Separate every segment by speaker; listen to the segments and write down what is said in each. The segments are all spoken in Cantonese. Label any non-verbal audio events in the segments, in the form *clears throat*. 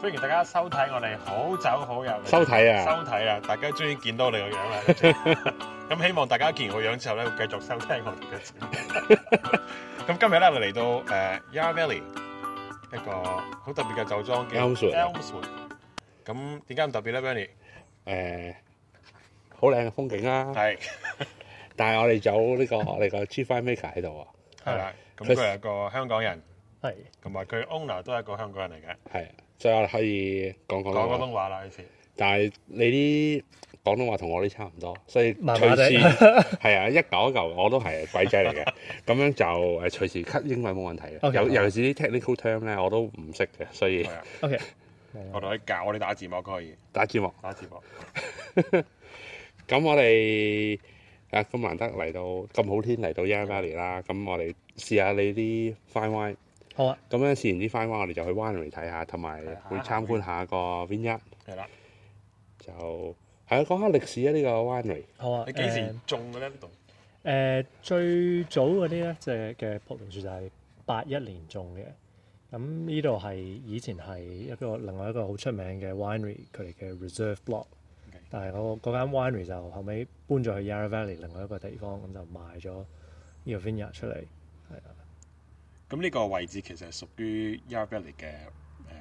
Speaker 1: 歡迎大家收睇我哋好酒好友嘅
Speaker 2: 收睇啊
Speaker 1: 收睇啊！大家終於見到我哋個 *laughs* 樣啦，咁希望大家見完個樣之後咧，會繼續收聽我哋嘅節 *laughs* 目。咁今日咧，我哋嚟到誒、呃 Yarra Valley 一個好特別嘅酒莊叫
Speaker 2: Elmswood
Speaker 1: Elmswood。咁點解咁特別咧，Bernie？
Speaker 2: 誒好靚嘅風景啦、
Speaker 1: 係
Speaker 2: 但係我哋有呢、個
Speaker 3: *laughs*
Speaker 2: 我哋個 G Five Maker 喺度啊，
Speaker 1: 係啦，咁
Speaker 2: 佢
Speaker 1: 佢係一個香港人，
Speaker 3: 係
Speaker 1: 同埋佢 owner 都係一個香港人嚟嘅，
Speaker 2: 係，所以我哋可以講講
Speaker 1: 講廣
Speaker 2: 咯。
Speaker 1: 東話啦，於是
Speaker 2: 但係你啲廣東話同我啲差唔多，所以
Speaker 3: 麻麻地
Speaker 2: 隨時
Speaker 3: *laughs*
Speaker 2: 係啊，一嚿一嚿我都係鬼仔嚟嘅，咁樣就誒隨時 cut 英文冇問題嘅。
Speaker 3: OK，
Speaker 2: 尤
Speaker 3: 好
Speaker 2: 尤其是啲 technical term 咧，我都唔識嘅，所以
Speaker 3: *laughs*
Speaker 1: 係啊，
Speaker 3: ，OK，
Speaker 1: 我同佢教我哋打字幕佢可以
Speaker 2: 打字幕。
Speaker 1: 打字幕，
Speaker 2: 咁我哋啊咁難得嚟到咁好天嚟到 Yarra Valley 啦，咁我哋試下你啲 fine wine。
Speaker 3: 好啊，
Speaker 2: 咁咧試完啲 fine wine，我哋就去 winery 睇下，同埋會參觀下個 vineyard。
Speaker 1: 係啦。
Speaker 2: 就係啊，講下歷史啊！呢個 winery
Speaker 3: 好啊。
Speaker 1: 你幾時種嘅咧？呢度
Speaker 3: 誒、誒最早嗰啲咧，即係嘅葡萄樹就係八一年種嘅。咁呢度係以前係一個另外一個好出名嘅 winery，佢哋嘅 reserve block。但係我嗰間 winery 就後尾搬咗去 Yarra Valley 另外一個地方，咁就賣咗呢個 vineyard 出嚟。
Speaker 1: 咁呢個位置其實係屬於 Yarra Valley 嘅呃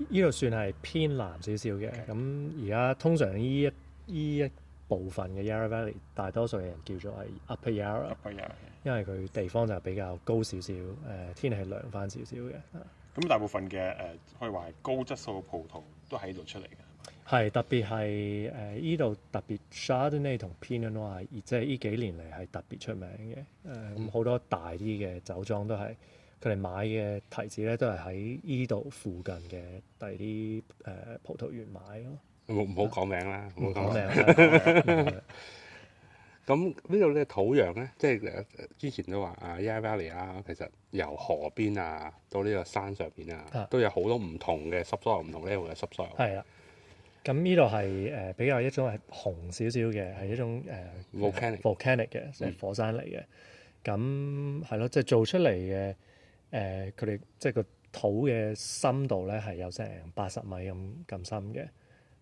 Speaker 1: 誒
Speaker 3: 呢度算係偏南少少嘅，咁而家通常呢一呢一部分嘅 Yarra Valley，大多數嘅人叫做係 Upper Yarra，
Speaker 1: 北亞嘅。
Speaker 3: 因為佢地方就比較高少少，誒、天氣涼翻少少嘅，
Speaker 1: 咁大部分嘅誒、呃可以話係高質素嘅葡萄都喺度出嚟嘅。
Speaker 3: 係特別係誒依度特別 Chardonnay 同 Pinot Noir，而即係呢幾年嚟係特別出名嘅。誒咁好多大啲嘅酒莊都係佢哋買嘅提子咧，都係喺依度附近嘅第二啲誒葡萄園買咯。
Speaker 2: 唔唔好講名啦，唔好
Speaker 3: 講
Speaker 2: 講名。
Speaker 3: 名啦。
Speaker 2: 咁呢度咧土壤咧，即係呃之前都話啊 Yarra Valley 啦，其實由河邊啊到呢個山上邊啊
Speaker 3: 啊，
Speaker 2: 都有好多唔同嘅濕 soil，唔同 level 嘅濕 soil。
Speaker 3: *laughs* 係啦。咁呢度係誒比較一種係紅少少嘅，係一種誒、呃
Speaker 2: Volcanic
Speaker 3: volcanic 嘅，即
Speaker 2: 嗯
Speaker 3: 係火山嚟嘅。咁係咯，即係做出嚟嘅誒，佢哋即係個土嘅深度咧係有成八十米咁咁深嘅，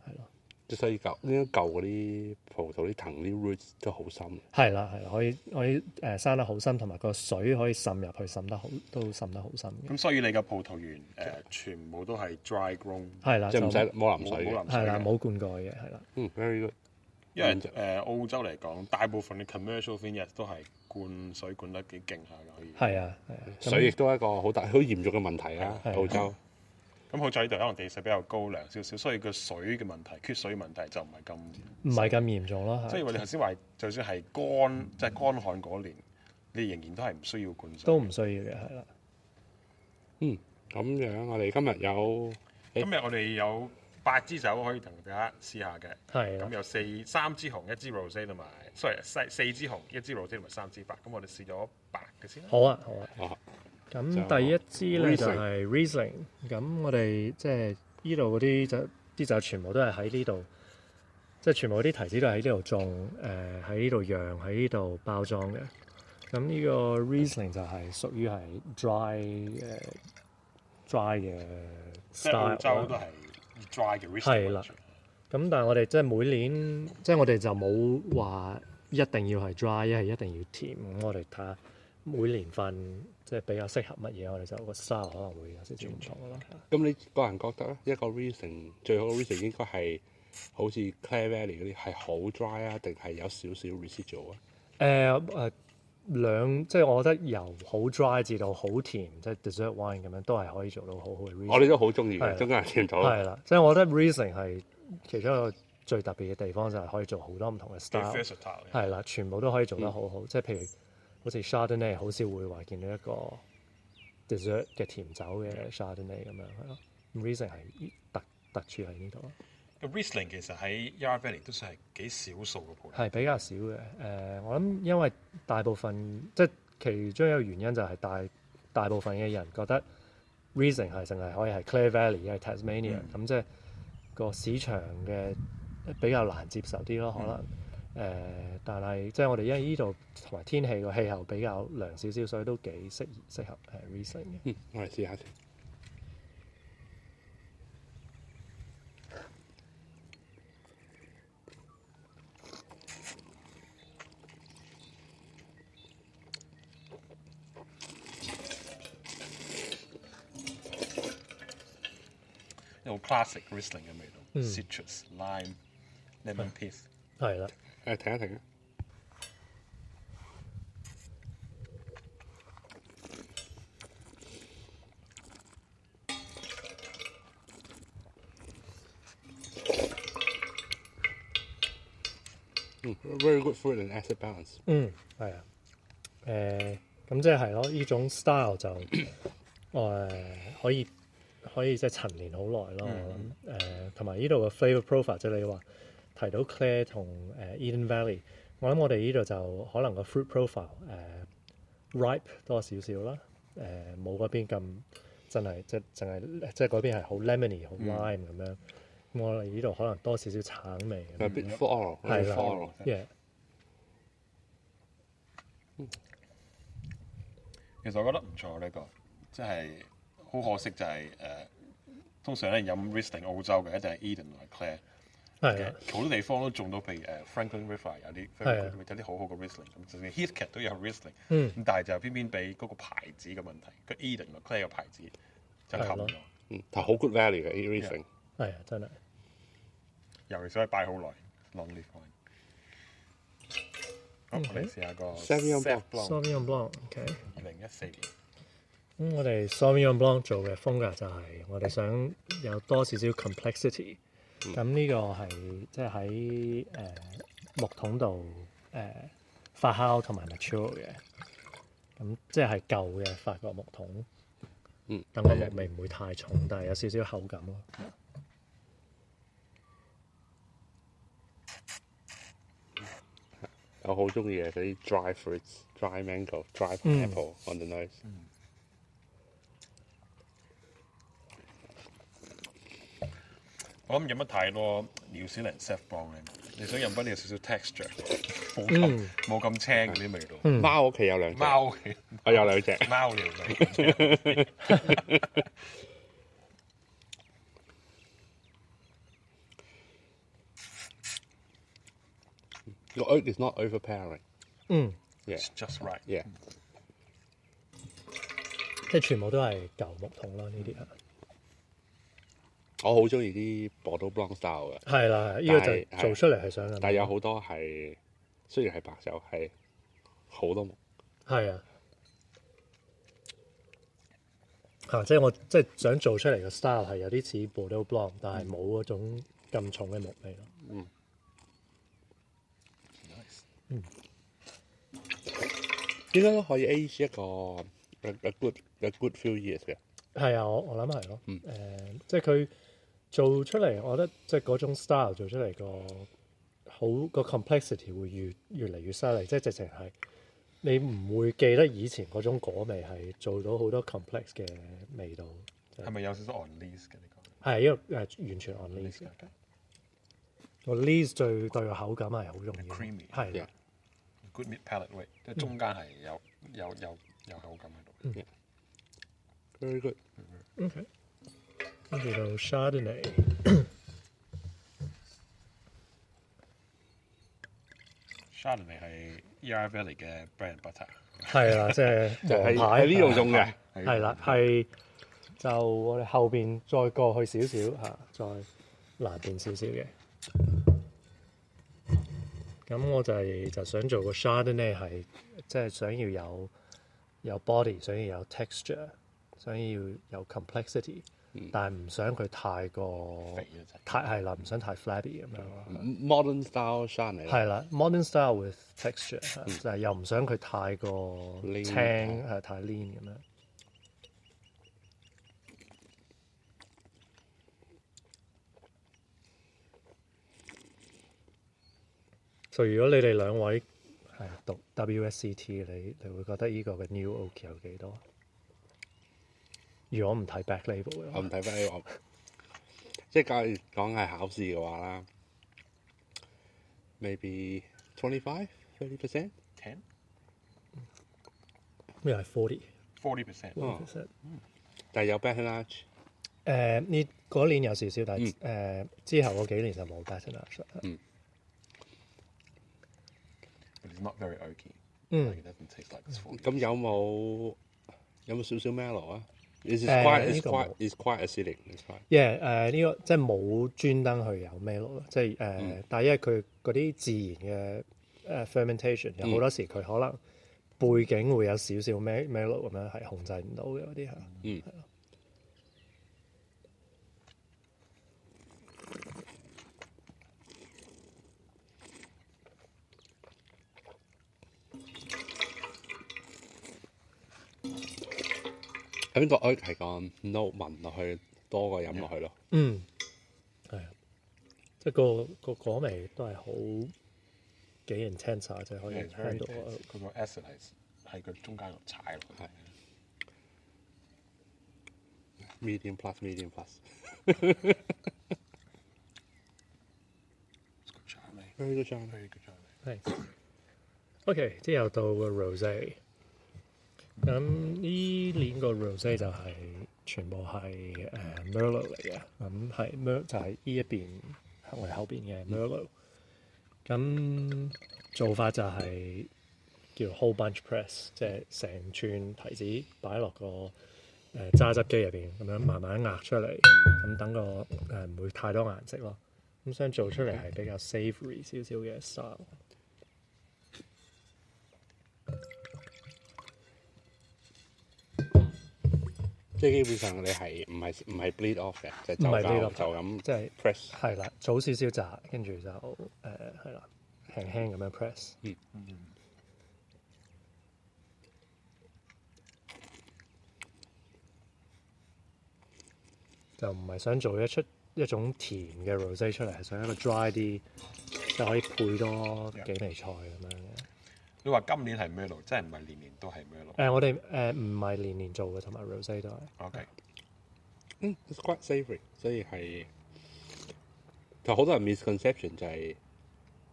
Speaker 3: 係咯。
Speaker 2: 即係所以舊呢一舊嗰啲葡萄啲藤啲 roots 都好深。
Speaker 3: 係啦，係啦，可以可以誒生得好深，同埋個水可以滲入去，滲得好都滲得好深嘅。
Speaker 1: 咁所以你嘅葡萄園誒、呃全部都係 dry grown，
Speaker 3: 係啦，
Speaker 2: 即係唔使
Speaker 3: 就
Speaker 2: 冇
Speaker 1: 冇
Speaker 2: 淋水
Speaker 1: 冇
Speaker 2: 嘅。
Speaker 1: 淋水
Speaker 3: 係啦，
Speaker 1: 嘅。
Speaker 3: 啊冇灌溉嘅，係啦，
Speaker 2: 嗯，very good。
Speaker 1: 因為誒、呃澳洲嚟講，大部分嘅 commercial vineyard 都係灌水灌得幾勁下嘅，可以。
Speaker 3: 係啊，係啊。咁
Speaker 2: 水亦都係一個好大、好嚴重嘅問題啦。
Speaker 3: 係
Speaker 2: 澳洲
Speaker 1: 咁好在呢度可能地勢比較高涼少少，所以個水嘅問題、缺水問題就唔係咁。
Speaker 3: 唔係咁嚴重咯，
Speaker 1: 即係
Speaker 3: 係
Speaker 1: 我哋頭先話，就算係乾即係乾旱嗰年，你仍然都係唔需要灌水。
Speaker 3: 都唔需要嘅，係啦。
Speaker 2: 咁樣，我哋今日有
Speaker 1: 今日我哋有八支酒可以同大家試下嘅，
Speaker 3: 係啦
Speaker 1: 咁。有四三支紅、一支 rose 同埋，sorry 四四支紅、一支 rose 同埋三支白。咁我哋試咗白嘅先啦。
Speaker 3: 好啊，好
Speaker 2: 哦
Speaker 3: 啊。咁第一支咧就係 Riesling，咁我哋即係呢度嗰啲就啲就全部都係喺呢度，即係全部啲提子都係喺呢度種，誒喺呢度釀，喺呢度包裝嘅。咁呢個 Riesling 就係屬於係 dry 誒、dry 嘅
Speaker 1: 即係澳
Speaker 3: style
Speaker 1: 洲都
Speaker 3: 啦
Speaker 1: 係 dry 嘅 r i s
Speaker 3: 係啦咁但係我哋即係每年，即係我哋就冇話一定要係 dry，一係一定要甜。咁我哋睇下每年份即係比較適合乜嘢，我哋就個 style 可能會有少少唔同咯。
Speaker 2: 咁你個人覺得咧，一個 reason 最好嘅 reason 應該係好似 Clare Valley 嗰啲係好 dry 啊，定係有少少 residual 啊？
Speaker 3: 誒誒兩，即係我覺得由好 dry 至到好甜，即係 dessert wine 咁樣都係可以做到好好嘅 r e a s o
Speaker 2: 我
Speaker 3: n
Speaker 2: 哋都好中意嘅，
Speaker 3: 係
Speaker 2: 中間人見到啊啦
Speaker 3: 係啦，即係我覺得 reason 係其中一個最特別嘅地方就係可以做好多唔同嘅 style。
Speaker 1: versatile 嘅。
Speaker 3: 係啦，全部都可以做得好好，即係譬如好似 Chardonnay，好少會話見到一個 dessert 嘅甜酒嘅 Chardonnay 咁樣係咯。咁 Riesling 係特特處喺呢度啊咯，
Speaker 1: 個 Riesling 其實喺 Yarra Valley 都算係幾少數嘅葡萄。
Speaker 3: 係比較少嘅。誒、我諗因為大部分即係其中一個原因就係大大部分嘅人覺得 Riesling 係淨係可以係 Clare Valley，一係 Tasmania，咁、即係個市場嘅比較難接受啲咯，可能。誒、但係即係我哋因為呢度同埋天氣個氣候比較涼少少，所以都幾
Speaker 2: 嗯
Speaker 3: 適適合誒 Riesling 嘅。
Speaker 2: 嗯，我哋試下先。
Speaker 1: 好 classic Riesling 嘅味道
Speaker 3: 嗯
Speaker 1: ，citrus、lime、lemon pith。
Speaker 3: 係啦，
Speaker 2: 誒停一停啊！嗯，very good fruit and acid balance。
Speaker 3: 嗯，係啊，誒、咁即係咯，呢種 style 就 *clears throat* 誒、可以可以即係陳年好耐咯，我諗誒同埋呢度嘅 flavour profile 即係你話提到 Clare 同誒 Eden Valley，我諗我哋呢度就可能個 fruit profile 誒、ripe 多少少啦，誒冇嗰邊咁真係即係淨係即係嗰邊係好 lemony 好 lime 咁樣，咁、我哋呢度可能多少少橙味咁樣
Speaker 2: A bit floral，
Speaker 3: 係啦
Speaker 2: floral。
Speaker 1: 嗯
Speaker 3: ，yeah。
Speaker 1: 其實我覺得唔錯啊呢、個，即係好可惜就係、誒、通常咧飲 Riesling 澳洲嘅一定係 Eden 同埋
Speaker 3: 係啊
Speaker 1: Clare，，好多地方都種到，譬如誒、Franklin River 有啲
Speaker 3: 係啊
Speaker 1: 有啲好好嘅 Riesling，咁甚至 Heathcote 都有 Riesling，
Speaker 3: 嗯
Speaker 1: 咁但係就偏偏俾嗰個牌子嘅問題，個 Eden 同 Clare 嘅牌子就
Speaker 3: 係
Speaker 1: 冚
Speaker 3: 咯
Speaker 1: 咗，
Speaker 2: 嗯，但係好 good value 嘅 e r i s i n g
Speaker 3: 係啊，真係。
Speaker 1: 尤其是可以擺好耐 long leaf wine。好，
Speaker 3: 嗯
Speaker 1: 我哋試下個
Speaker 2: Sauvignon Blanc
Speaker 1: Blanc，
Speaker 3: Sauvignon Blanc，OK、
Speaker 1: 二零一四年，
Speaker 3: 咁我哋 Sauvignon Blanc 做嘅風格就係我哋想有多少少 complexity。咁
Speaker 2: 嗯
Speaker 3: 呢個係即係喺誒木桶度誒發酵同埋 mature 嘅。咁即係舊嘅法國木桶。
Speaker 2: 嗯。
Speaker 3: 等個木味唔會太重，但係有少少口感咯。
Speaker 2: 我好中意嘅嗰啲 dry fruits、dry mango、dry
Speaker 3: 嗯
Speaker 2: apple on the nose。
Speaker 1: 我諗飲得太多 New Zealand s a f b l a n 咧，你想飲翻啲有少少 texture，冇
Speaker 3: 嗯
Speaker 1: 咁冇咁青嗰啲味道。
Speaker 2: 貓屋企有兩隻，
Speaker 1: 貓嘅
Speaker 2: 我有兩隻。
Speaker 1: 貓尿味，
Speaker 2: 個 oat is not overpowering。
Speaker 3: 嗯，
Speaker 2: Yeah,
Speaker 1: It's just right。
Speaker 2: yeah。
Speaker 3: 即係全部都係舊木桶啦，呢啲係。
Speaker 2: 我好中意啲 Bordeaux Blanc style 嘅，
Speaker 3: 係啦，呢、個
Speaker 2: 但係
Speaker 3: 就做出嚟係想咁樣。
Speaker 2: 但係有好多係雖然係白酒，係好多木。
Speaker 3: 係啊，啊，即係我即係想做出嚟嘅 style 係有啲似 Bordeaux Blanc，但
Speaker 2: 嗯
Speaker 3: 係冇嗰種咁重嘅木味咯。
Speaker 1: Nice
Speaker 2: 應該都可以 age 一個 a a good a good few years 嘅。
Speaker 3: 係啊，我我諗係咯。誒、
Speaker 2: 嗯
Speaker 3: 即係佢做出嚟，我覺得即係嗰種 style 做出嚟個好個 complexity 會越越嚟越犀利，即係直情係你唔會記得以前嗰種果味係做到好多 complex 嘅味道。
Speaker 1: 係咪有少少 on lease 嘅呢
Speaker 3: 係因為誒完全 on
Speaker 1: 個
Speaker 3: lease 嘅。個 lease 最對個口感係好重要
Speaker 1: Creamy
Speaker 3: 係
Speaker 2: Yeah.
Speaker 3: 啦
Speaker 1: Good mid palate way，即係中間係有有有有口感喺度。
Speaker 2: Very good。
Speaker 3: ，OK。跟住到 Chardonnay，
Speaker 1: Chardonnay 係 Yarra Valley 嘅 bread and butter，
Speaker 3: 係啦，
Speaker 2: *laughs*
Speaker 3: 即
Speaker 2: 就
Speaker 3: 係
Speaker 2: 係
Speaker 3: 王牌
Speaker 2: 喺呢度種嘅。
Speaker 3: 係啦，係就我哋後邊再過去少少嚇，再南邊少少嘅。咁我就係、就想做個 Chardonnay 係，即係想要有有 body，想要有 texture，想要有 complexity，、但係
Speaker 2: 嗯
Speaker 3: 唔想佢太過
Speaker 1: 肥嘅啫。
Speaker 3: 太係啦，唔想太 flabby 咁樣咯。
Speaker 2: Modern style shine 嚟。
Speaker 3: 係啦，modern style with texture，就係又唔想佢太過
Speaker 2: Lean
Speaker 3: 青，係太 lean 咁樣。所以如果你哋兩位係讀 WSCT，你你會覺得呢個嘅 new oak 有幾多？如果唔睇 back label 嘅
Speaker 2: 我
Speaker 3: 話
Speaker 2: 唔，睇翻呢個，即係假如講係考試嘅話啦，maybe twenty five thirty percent。
Speaker 1: Ten
Speaker 3: 咩係 forty
Speaker 1: forty percent。
Speaker 2: 哦
Speaker 3: percent？
Speaker 2: 但係有 b a c k l a r g e
Speaker 3: 誒呃呢嗰年有少少，但係誒、之後嗰幾年就冇 Batonage 啦。
Speaker 1: But it's not very oaky。
Speaker 3: 嗯
Speaker 1: Like it doesn't taste like it's forty。
Speaker 2: 咁有冇有冇少少 mellow 啊？ It's
Speaker 3: 誒
Speaker 2: quite,
Speaker 3: 呢
Speaker 2: it's
Speaker 3: 個
Speaker 2: quite,
Speaker 3: 冇
Speaker 2: it's quite acidic. It's quite.
Speaker 3: 因為誒呃呢個即係冇專登去有咩咯，即係誒，呃但係因為佢嗰啲自然嘅誒呃 fermentation 有好多時佢可能背景會有少少咩咩咯咁樣係控制唔到嘅嗰啲嚇。
Speaker 2: 嗯，咁個 oak 係個 no 聞落去多過
Speaker 3: Dạ.
Speaker 2: 飲落去咯。
Speaker 3: 嗯，係啊，即係個個果味都係好幾 intense 啊，即係可以
Speaker 1: Yeah, it's very
Speaker 3: handle 啊
Speaker 1: dense，佢個 acid 係喺佢中間度踩落去
Speaker 2: 係。Medium plus medium plus。
Speaker 1: It's good job, mate.
Speaker 2: Very good job.
Speaker 1: Very good job, mate.
Speaker 3: Thanks. OK，之後到個 rose。咁呢年個 rose 就係、全部係誒、呃 merlot 嚟嘅，咁係 mer 就係呢一邊我哋後邊嘅 merlot。咁做法就係叫 whole bunch press，即係成串提子擺落個誒榨汁機入邊，咁樣慢慢壓出嚟，咁等個誒呃唔、會太多顏色咯。咁想做出嚟係比較 savoury 少少嘅 style。
Speaker 2: 即係基本上你係唔係唔係 bleed off 嘅，就係
Speaker 3: 唔係
Speaker 2: 就
Speaker 3: bleed
Speaker 2: 咁
Speaker 3: off Dạ.
Speaker 2: 就咁
Speaker 3: 即係
Speaker 2: press。
Speaker 3: 係啦，早少少炸，跟住就誒係啦，輕輕咁樣 press。
Speaker 2: 嗯
Speaker 3: 就唔係想做一出一種甜嘅 rose 出嚟，係想一個 dry 啲，就可以配多幾味菜咁樣嘅。
Speaker 1: 你話今年係 Merlot，真係唔係年年都係 Merlot。
Speaker 3: 誒、呃我哋誒唔係年年做嘅，同埋 rose 都係。
Speaker 1: OK，
Speaker 2: 嗯，it's quite savoury，所以係就好多人 misconception 就係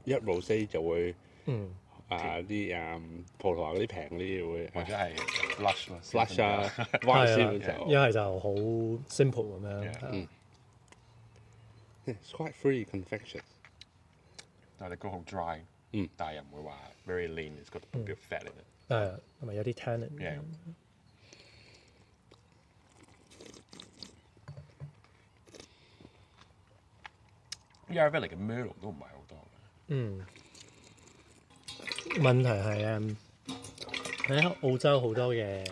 Speaker 2: 一 rose 就會
Speaker 3: 嗯，
Speaker 2: 啊啲啊葡萄牙嗰啲平嗰啲會
Speaker 1: 或者
Speaker 2: 啊
Speaker 1: 係 Lush 啦
Speaker 2: flush 啊
Speaker 3: 係啊
Speaker 2: wine
Speaker 3: 啦
Speaker 2: 先
Speaker 3: 一
Speaker 2: 就
Speaker 3: 係就好 simple 咁樣
Speaker 1: Yeah，
Speaker 3: 係啦。
Speaker 2: 嗯 it's quite free confection。
Speaker 1: 但係你講好 dry，
Speaker 2: 嗯
Speaker 1: 但係又唔會話 very lean，it's got a bit of fat in it。
Speaker 3: 係啊，同埋有啲 tannin。
Speaker 1: Yeah 因為 Valley 嘅 Merlot 都唔係好多嘅，
Speaker 3: 嗯，問題係誒喺澳洲好多嘅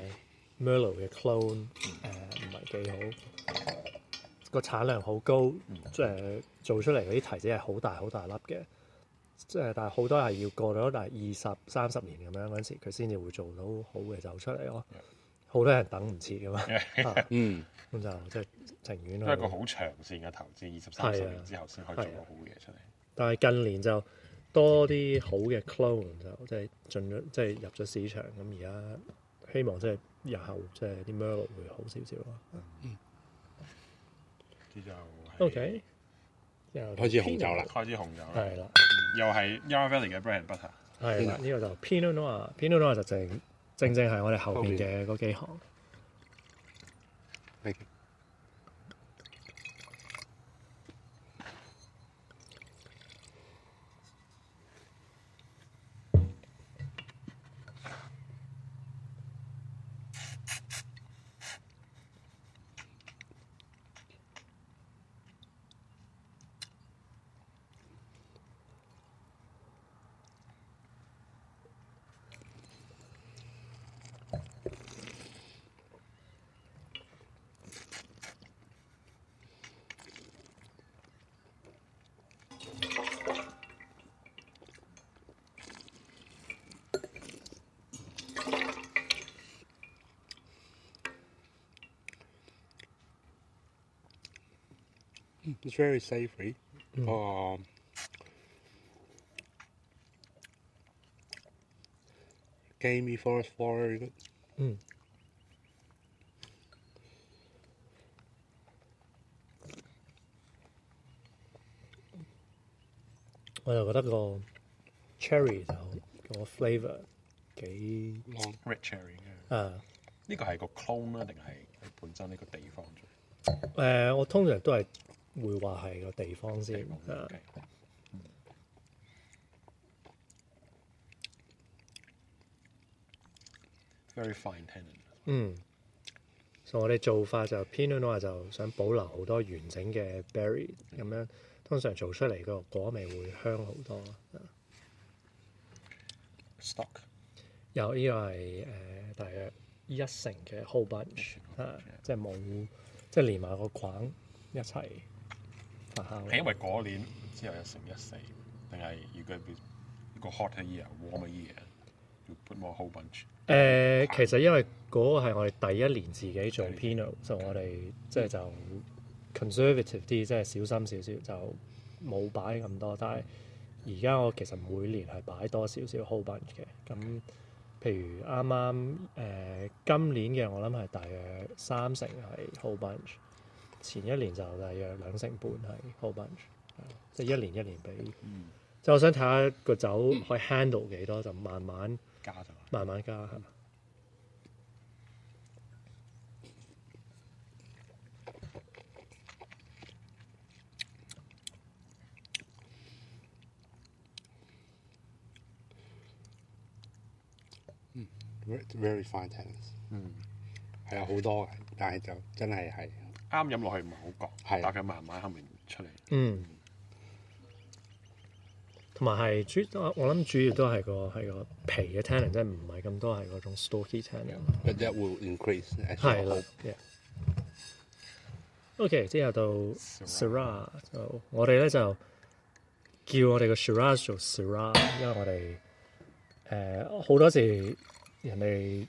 Speaker 3: Merlot 嘅 clone 呃誒唔係幾好，個產量好高，即係做出嚟嗰啲提子係好大好大粒嘅，即係但係好多係要過咗但係二十三十年咁樣嗰陣時，佢先至會做到好嘅酒出嚟咯。好多人等唔切噶嘛，啊
Speaker 2: 嗯，
Speaker 3: 咁就即係情願
Speaker 1: 都
Speaker 3: 咯。
Speaker 1: 係一個好長線嘅投資，二十三十年之後先可以做到
Speaker 3: 係啊
Speaker 1: 好嘢出嚟。
Speaker 3: 但係近年就多啲好嘅 clone 就即係進咗即係入咗市場，咁而家希望即係日後即係啲 Merlot 會好少少咯。
Speaker 1: 啲就係
Speaker 3: OK，又
Speaker 2: 開始紅酒啦
Speaker 1: 開始紅酒啦，
Speaker 3: 係啦，
Speaker 1: 又係 Yarra Valley 嘅 bread and butter。
Speaker 3: 係啦，呢個就 Pinot Noir，Pinot Noir 就正正正係我哋後邊嘅嗰幾行。
Speaker 2: 係，it's very savoury。哦，gamey forest floral
Speaker 3: 嗯，我又覺得個 cherry 就個 flavour 幾
Speaker 2: long
Speaker 1: Red Cherry 嘅
Speaker 3: 啊〜
Speaker 1: 呢個係個 clone 啊啦，定係佢本身呢個地方做？
Speaker 3: 誒、我通常都係會話係個地方
Speaker 1: 地
Speaker 3: 先
Speaker 1: 方，
Speaker 3: 啊
Speaker 1: OK 嗯 Very fine tannin。
Speaker 3: 嗯，所我哋做法就 Pinot Noir 就想保留好多完整嘅 berry 咁樣，通常做出嚟個果味會香好多。
Speaker 1: stock
Speaker 3: 有呢個係誒、呃大約一成嘅 whole bunch 啊，即係冇即係連埋個框一齊發酵。
Speaker 1: 係因為嗰年之後有成一四，定係如果如果 hot a year warm a year you put more whole bunch
Speaker 3: 誒、其實因為嗰個係我哋第一年自己做 Pinot，就我哋即係就 conservative 啲，即係小心少少，就冇擺咁多。但係而家我其實每年係擺多少少 whole bunch 嘅。咁譬如啱啱誒今年嘅我諗係大約三成係 whole bunch，前一年就大約兩成半係 whole bunch，即係一呃年一年比。
Speaker 1: 嗯
Speaker 3: 即係我想睇下個酒 *laughs* 可以 handle 幾多，就慢慢
Speaker 1: 加咗。
Speaker 3: 慢慢加。係
Speaker 2: ，very fine tennis。
Speaker 1: 嗯，
Speaker 2: 係啊，好多嘅，但係就真係係
Speaker 1: 啱飲落去唔係好覺，
Speaker 2: 係
Speaker 1: 但佢慢慢後面出嚟。
Speaker 3: 嗯，同埋係主，我我諗主要都係個係個皮嘅 tannin，即係唔係咁多係嗰種 stocky tannin。
Speaker 2: ，but that will increase as
Speaker 3: 係
Speaker 2: you
Speaker 3: 啦
Speaker 2: hope。
Speaker 3: yeah。OK，之後到 Syrah，就我哋咧就叫我哋個 Shiraz 做 Syrah，因為我哋誒好多時人哋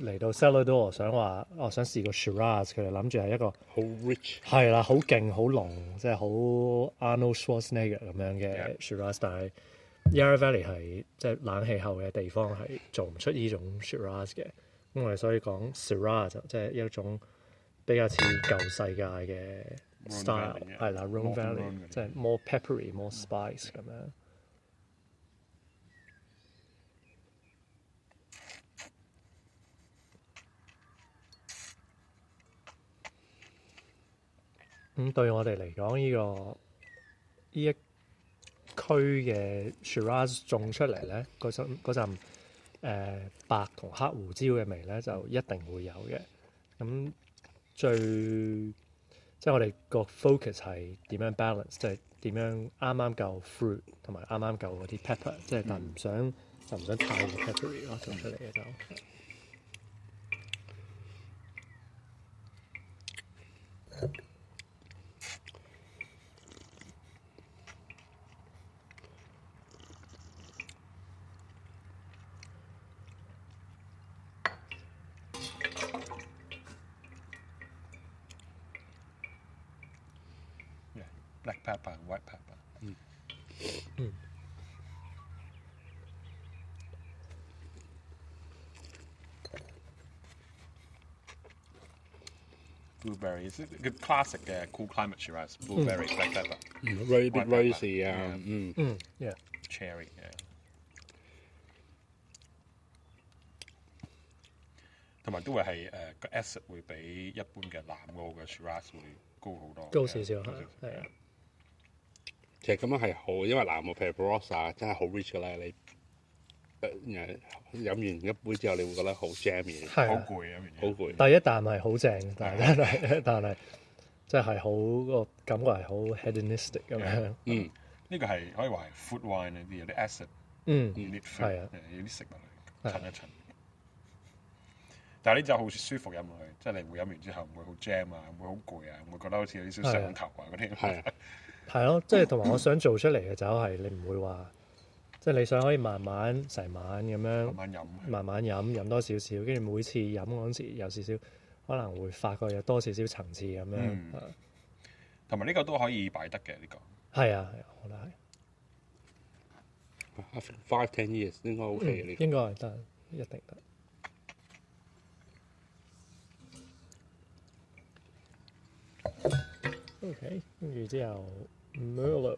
Speaker 3: 嚟到 s e l l a d o r 想話，我、想試個 Shiraz，佢哋諗住係一個。
Speaker 2: 好 rich。
Speaker 3: 係啦，好勁，好濃，即係好 Arnold Schwarzenegger 咁樣
Speaker 1: Yeah.
Speaker 3: 嘅 Shiraz，但係 Yarra Valley 係即係冷氣候嘅地方係做唔出呢種 Shiraz 嘅，咁我哋所以講 Shiraz 就即係一種比較似舊世界嘅
Speaker 1: Rhone
Speaker 3: style，
Speaker 1: Valley 嘅
Speaker 3: 係啦 r o n
Speaker 1: Northern Rhone
Speaker 3: Valley
Speaker 1: 嗰啲
Speaker 3: 即係 more peppery、more spice 咁樣。咁對我哋嚟講，呢、個呢一區嘅 Shiraz 種出嚟咧，嗰陣嗰陣誒白同黑胡椒嘅味咧，就一定會有嘅。咁最即係我哋個 focus 係點樣 balance，即係點樣啱啱夠 fruit 同埋啱啱夠嗰啲 pepper，即係但唔想就唔想太過 peppery 咯，做出嚟嘅就。
Speaker 1: Yeah, black pepper and white pepper。Blueberry 個 classic 嘅 cool climate Shiraz。Blueberry、black pepper、
Speaker 3: Mm.
Speaker 2: very
Speaker 1: White
Speaker 2: big
Speaker 1: pepper
Speaker 2: rosy 啊，
Speaker 1: Yeah
Speaker 2: 嗯，
Speaker 3: 嗯，yeah。
Speaker 1: cherry 嘅。同埋都會係誒個 acid 會比一般嘅南澳嘅 Shiraz 會高好多嘅，
Speaker 3: 高少少嚇
Speaker 1: 高，
Speaker 3: 係啊，
Speaker 2: 其實咁樣係好，因為南澳譬如 Barossa 真係好 rich 噶啦，你呃飲完一杯之後，你會覺得好 jammy，
Speaker 3: 係
Speaker 1: 好
Speaker 3: 啊。
Speaker 1: 攰啊！
Speaker 2: 好
Speaker 1: 好
Speaker 2: 攰。
Speaker 3: 第一啖係好正，但係但係啊 *laughs* 但係即係好個感覺係好 hedonistic 咁樣。
Speaker 2: 嗯，
Speaker 1: 呢個係可以話係 food wine 呢啲有啲 acid，
Speaker 3: 嗯，
Speaker 1: 有啲 food，
Speaker 3: 係啊
Speaker 1: 誒有啲食物嚟
Speaker 3: 係
Speaker 1: 襯一襯。但係呢就好舒服飲落去，即係你會飲完之後唔會好 jam 啊，唔會好攰啊，唔會覺得好似有啲少上頭啊嗰啲。
Speaker 2: 係啊，
Speaker 3: 係咯，即係同埋我想做出嚟嘅酒係你唔會話，即係你想可以慢慢成晚咁樣
Speaker 1: 慢慢飲。
Speaker 3: 慢慢飲，飲多少少，跟住每次飲嗰陣時有少少可能會發覺有多少少層次咁樣。
Speaker 1: 嗯
Speaker 3: 啊
Speaker 1: 同埋呢個都可以擺得嘅呢個。
Speaker 3: 係啊，係啊，我覺得係。
Speaker 2: I think five ten years 應該 OK 嘅呢
Speaker 3: 嗯應該係得，一定得。OK，跟住之後 Merlot，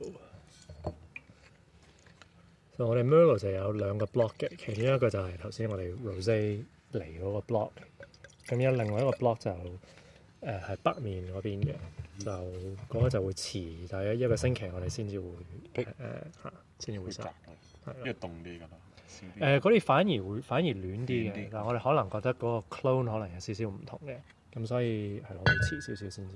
Speaker 3: 就我哋 Merlot 就有兩個 block 嘅，其中一個就係頭先我哋 Rose 嚟嗰個 block，咁有另外一個 block 就誒係、北面嗰邊嘅，就嗰、個就會遲大約一個星期，我哋先至會誒
Speaker 2: 逼
Speaker 3: 嚇，先至會
Speaker 1: 會
Speaker 3: 收
Speaker 1: 窄。
Speaker 3: 係啦
Speaker 1: 因為凍啲㗎啦，少啲。
Speaker 3: 誒嗰啲反而會反而暖啲
Speaker 1: 暖啲
Speaker 3: 嘅，但我哋可能覺得嗰個 clone 可能有少少唔同嘅，咁所以係咯，我會遲少少先至。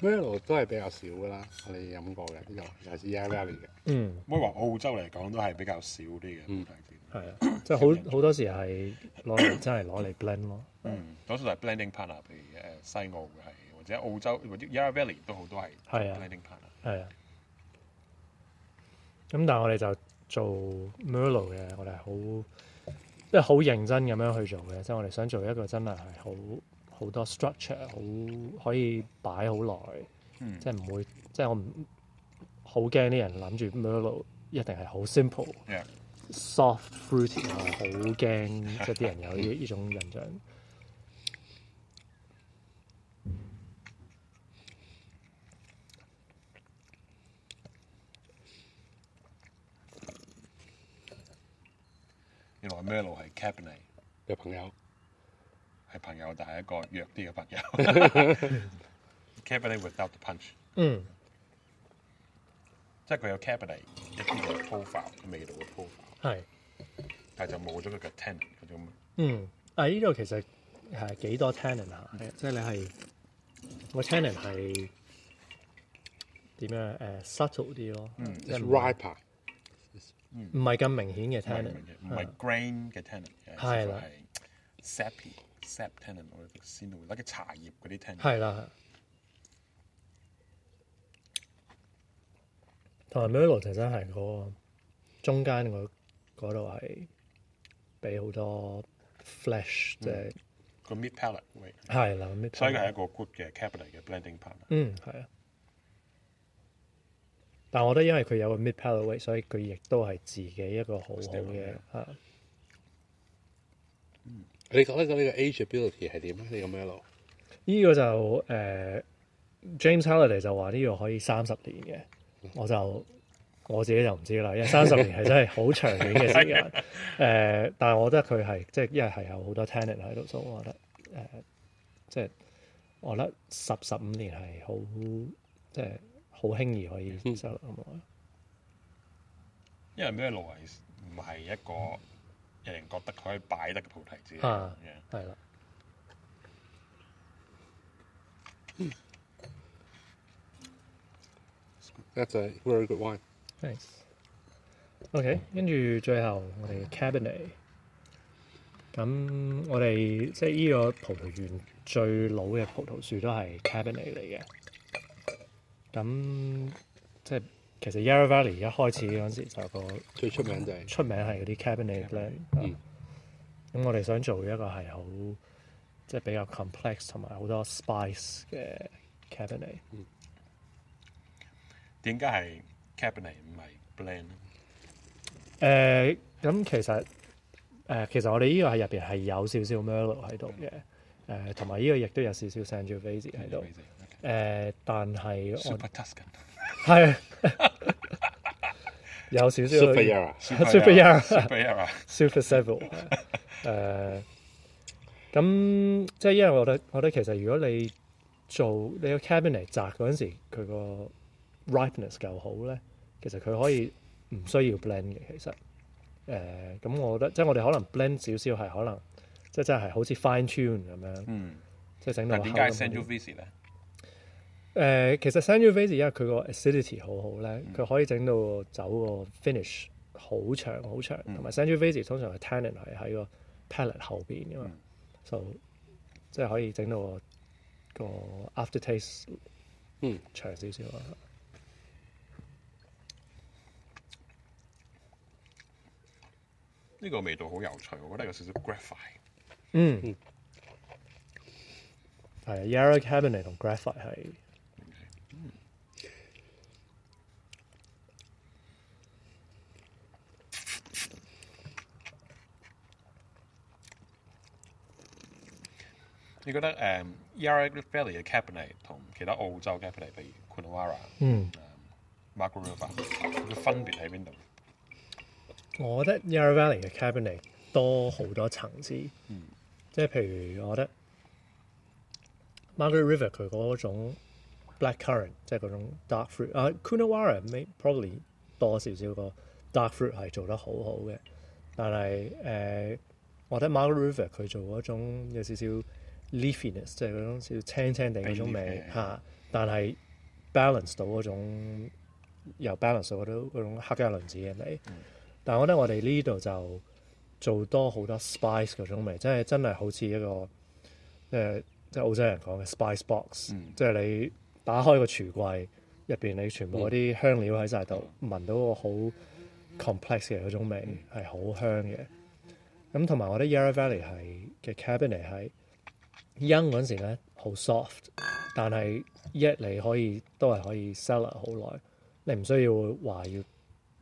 Speaker 2: Merlot 都係比較少噶啦，我哋飲過嘅呢度，尤其是 Yarra Valley 嘅。
Speaker 3: 嗯，
Speaker 1: 我話澳洲嚟講都係比較少啲嘅，
Speaker 2: 嗯
Speaker 3: 係啊，即係好好多時係攞嚟 *coughs* 真係攞嚟 blend 咯。
Speaker 1: 嗯，多數係 blending partner，譬如誒西澳嘅係，或者澳洲或者 Yarra Valley 都好多係
Speaker 3: 係啊，
Speaker 1: blending partner。
Speaker 3: 係啊。咁但係我哋就做 Merlot 嘅，我哋係好即係好認真咁樣去做嘅，即係我哋想做一個真係係好好多 structure，好可以擺好耐。
Speaker 1: 嗯
Speaker 3: 即係唔會，即係我唔好驚啲人諗住 Merlot 一定係好 simple、
Speaker 1: Yeah.
Speaker 3: soft fruity 我係好驚，即係啲人有呢呢種印象。
Speaker 1: 原來 Merlot 係 Cabernet
Speaker 2: 嘅朋友，
Speaker 1: 係朋友，但係一個弱啲嘅朋
Speaker 3: *laughs*
Speaker 1: 友。Cabernet without the punch，
Speaker 3: 嗯，
Speaker 1: 即係佢有 Cabernet 一啲嘅 profile 味道嘅 profile，
Speaker 3: 係，
Speaker 1: 但係就冇咗佢嘅 tannin 嗰種。
Speaker 3: 嗯，啊呢度其實係幾多 tannin 啊？即係你係個 tannin 係點樣？誒、subtle 啲咯，
Speaker 1: 嗯
Speaker 3: 即
Speaker 2: It's
Speaker 3: 係唔係
Speaker 2: riper，
Speaker 3: 唔係咁明顯嘅
Speaker 1: 唔係
Speaker 3: tannin，
Speaker 1: 唔係 grain 嘅 tannin，有時
Speaker 3: 係啦
Speaker 1: 係 sappy sap tannin 我哋先會，嗱啲茶葉嗰啲 tannin。
Speaker 3: 係啦。同埋 Merlot 就真係嗰個中間嗰嗰度係俾好多 flash，即係
Speaker 1: 個 meat palate 會，
Speaker 3: 係啦，咩
Speaker 1: 嗯所以佢係一個 good 嘅 cabinet 嘅 blending partner。
Speaker 3: 嗯係啊。但我覺得因為佢有個 mid palate weight，所以佢亦都係自己一個好好
Speaker 1: Stable
Speaker 3: 嘅啊。
Speaker 2: 你覺得佢呢個 ageability 係點咧？呢個 Merlot
Speaker 3: 呢個就誒、呃 James Halliday 就話呢個可以三十年嘅，我就我自己就唔知啦，因為三十年係真係 *laughs* 好長遠嘅時間。誒、呃但係我覺得佢係即係因為係有好多 tenant 喺度，所以我覺得誒、呃即係我覺得十十五年係好即係好輕易可以收得咁耐。
Speaker 1: 因為 Merlot 係唔係一個有人覺得佢可以擺得嘅菩提子嚟
Speaker 3: 啊
Speaker 1: 嘅。
Speaker 3: 係啦，
Speaker 2: that's a very good wine。
Speaker 3: thanks。OK，跟住最後我哋 cabinet，咁我哋即係呢個葡萄園最老嘅葡萄樹都係 cabinet 嚟嘅。咁即係其實 Yarra Valley 一開始嗰陣時就有個
Speaker 2: 最出名就係
Speaker 3: 出名係嗰啲 cabinet blend 啊。
Speaker 2: 嗯
Speaker 3: 咁我哋想做一個係好即係比較 complex 同埋好多 spice 嘅 cabinet。
Speaker 1: 點解係 cabinet 唔係 blend？
Speaker 3: 誒、呃咁其實誒、呃其實我哋呢個係入邊係有少少 Merlot 喺度嘅，誒同埋呢個亦都有少少 Sangiovese 喺度。誒、呃但係我
Speaker 1: Super Tuscan
Speaker 3: 係啊 *laughs* 有少少
Speaker 2: Super Yarra。
Speaker 3: Super
Speaker 1: *laughs*
Speaker 3: Yarra
Speaker 1: Super Yarra *laughs*
Speaker 3: Super Several 誒。咁即係因為我覺得，我覺得其實如果你做你個 cabinet 摘嗰陣時，佢個 ripeness 夠好咧，其實佢可以唔需要 blend 嘅。其實誒，呃咁、我覺得即係我哋可能 blend 少少係可能即係真係好似 fine tune 咁樣，
Speaker 1: 嗯，
Speaker 3: 即係整到
Speaker 1: 但點解係
Speaker 3: 厚咁啲
Speaker 1: Sangiovese 咧？
Speaker 3: 誒、呃其實 Sangiovese 因為佢個 acidity 好好咧，佢可以整到個酒個 finish 好長好長，同埋 Sangiovese 通常係 tannin 係喺個 palate 後邊噶嘛，就、即係可以整到個個 aftertaste
Speaker 2: 嗯
Speaker 3: 長少少啊。
Speaker 1: 呢個味道好有趣，我覺得有少少 graphite。
Speaker 3: 嗯，係 Yarra Cabernet 同 Graphite 係
Speaker 1: 你覺得誒 Yarra Valley 嘅 cabinet 同其他澳洲 cabinet，譬如 Coonawarra、Um,
Speaker 3: 嗯，
Speaker 1: Margaret River，佢分別喺邊度？
Speaker 3: 我覺得 Yarra Valley 嘅 Cabernet 多好多層次，即係譬如我覺得 Margaret River 佢嗰種 black currant，即係嗰種 dark fruit 啊，Coonawarra may probably 多少少個 dark fruit 係做得好好嘅，但係誒、呃或者 Margaret River 佢做嗰種有少少 leafiness，即係嗰種少少青青地嗰種味
Speaker 2: Leafy，
Speaker 3: 嚇、但係 balance 到嗰種又 balance 到嗰種嗰種黑加侖子嘅味。但係我覺得我哋呢度就做多好多 spice 嗰種味，即係真係好似一個誒即係澳洲人講嘅 spice box，、即係你打開個廚櫃入邊，你全部嗰啲香料喺晒度，聞到個好 complex 嘅嗰種味係好香嘅。咁同埋我覺得 Yarra Valley 係嘅 cabinet 係 young 嗰陣時咧好 soft，但係一你可以都係可以 sell 好耐，你唔需要話要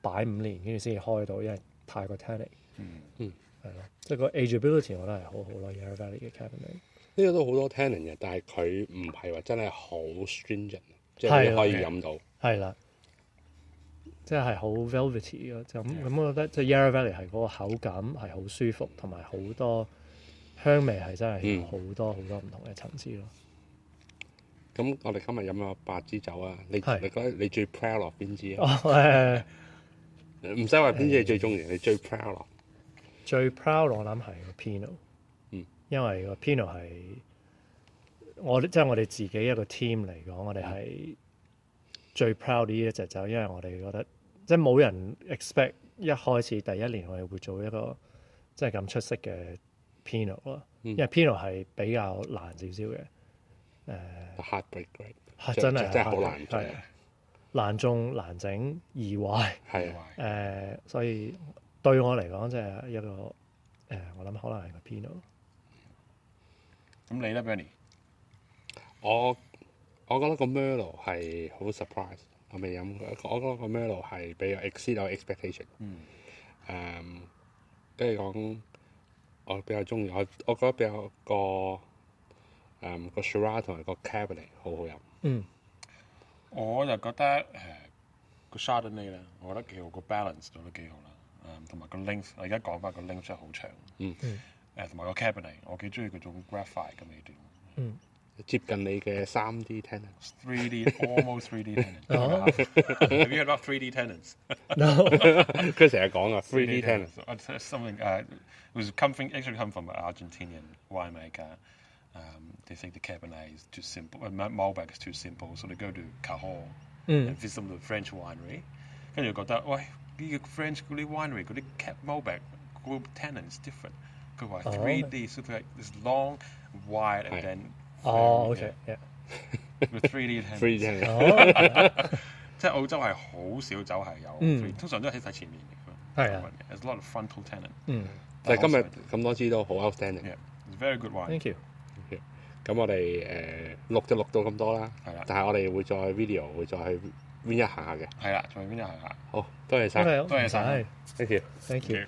Speaker 3: 擺五年跟住先至開到，因為太過 tannic。嗯，係
Speaker 1: Hmm.
Speaker 3: 咯，即係個 ageability 我覺得係好好咯，Yarra Valley 嘅 cabinet。
Speaker 2: 呢個都好多 tannin 嘅，但係佢唔係話真係好 stringent，即係
Speaker 3: 係
Speaker 2: 你
Speaker 3: 啊
Speaker 2: 可以飲到。
Speaker 3: 係啦，即係好 velvety 咯，就咁咁，我覺得即係 Yarra Valley 係嗰個口感係好舒服，同埋好多香味係真係
Speaker 2: 嗯
Speaker 3: 好多好多唔同嘅層次咯。 *laughs*
Speaker 2: 咁我哋今日飲咗八支酒啊，你
Speaker 3: 係
Speaker 2: 你覺得你最 proud of 邊支
Speaker 3: 哦
Speaker 2: 啊？
Speaker 3: 誒，
Speaker 2: 唔使話邊支你最中意，你最 proud of
Speaker 3: 最 proud 我諗係個 Pinot，
Speaker 2: 嗯
Speaker 3: 因為個 Pinot 係我哋即係我哋自己一個 team 嚟講，我哋
Speaker 2: 嗯
Speaker 3: 係最 proud 呢一隻酒，因為我哋覺得即係冇人 expect 一開始第一年我哋會做一個即係咁出色嘅 Pinot 咯，
Speaker 2: 嗯
Speaker 3: 因為 Pinot 係比較難少少嘅，誒、
Speaker 2: The Heartbreak Grape，
Speaker 3: 係
Speaker 2: 即
Speaker 3: 真
Speaker 2: 即
Speaker 3: 係
Speaker 2: 真係好難做
Speaker 3: 係難中難整易壞。
Speaker 1: Ừ.
Speaker 2: 係啊，
Speaker 3: 誒、所以對我嚟講，即係一個誒、我諗可能係個 Pinot。
Speaker 1: 咁你咧，Bernie？
Speaker 2: 我我覺得個 Merlot 係好 surprise，我未飲過，我覺得個 Merlot 係比較 exceed 我 expectation。
Speaker 1: 嗯
Speaker 2: 誒，跟住講，我比較中意，我我覺得比較個誒、個 Shiraz 同埋個 Cabernet 好好飲。
Speaker 3: 嗯，
Speaker 1: 我就覺得誒個 à, Chardonnay 咧，我覺得幾好，個 balance 做得幾好啦。誒，同埋個 length，我而家講翻個 length 真係好長。
Speaker 2: 嗯
Speaker 3: 嗯。
Speaker 1: 誒，同埋個 cabinet，我幾中意嗰種 graphite 嘅味道
Speaker 2: 接近你嘅三 D tannin，
Speaker 1: ，three D almost three D tenants。
Speaker 3: 哦
Speaker 1: Have you heard about three D tenants？
Speaker 2: *laughs* 佢成日講啊 three
Speaker 1: Three D
Speaker 2: D tannin，
Speaker 1: tenants. Uh, there's something uh, it was coming actually come from an Argentinian winemaker. Um, they think the Cabernet is too simple, uh, Ma- Malbec is too simple, so they go to Cahors and visit some of the French winery. 跟住覺得，喂，呢個 oh, French 嗰啲 winery 嗰啲 Cab Malbec 嗰個 tannin is different. 佢話
Speaker 3: 哦。
Speaker 1: 3D so like this long, wide and
Speaker 2: 係。
Speaker 1: then very-
Speaker 3: 哦，OK，yeah
Speaker 1: yeah, with 3D tannin。
Speaker 2: three D tannin。
Speaker 3: 哦，
Speaker 1: 即係澳洲係好少酒係有
Speaker 3: 嗯
Speaker 1: three- 通常都係喺晒前面嘅。
Speaker 3: 係啊
Speaker 1: There's a lot of frontal tannin。
Speaker 3: 嗯
Speaker 2: 但係今日
Speaker 1: Also-
Speaker 2: 咁多支都好 outstanding。
Speaker 1: Yeah, it's very good wine。
Speaker 3: ，thank you。
Speaker 2: 咁我哋誒錄就錄到咁多啦
Speaker 1: 係啊啦，
Speaker 2: 但係我哋會再 video 會再去 win 一下嘅。
Speaker 1: 係啦，仲有邊啲係啦？啊
Speaker 2: 好，多謝晒
Speaker 3: OK，
Speaker 1: 多謝晒
Speaker 3: 唔使
Speaker 2: ，thank you。
Speaker 3: ，thank you。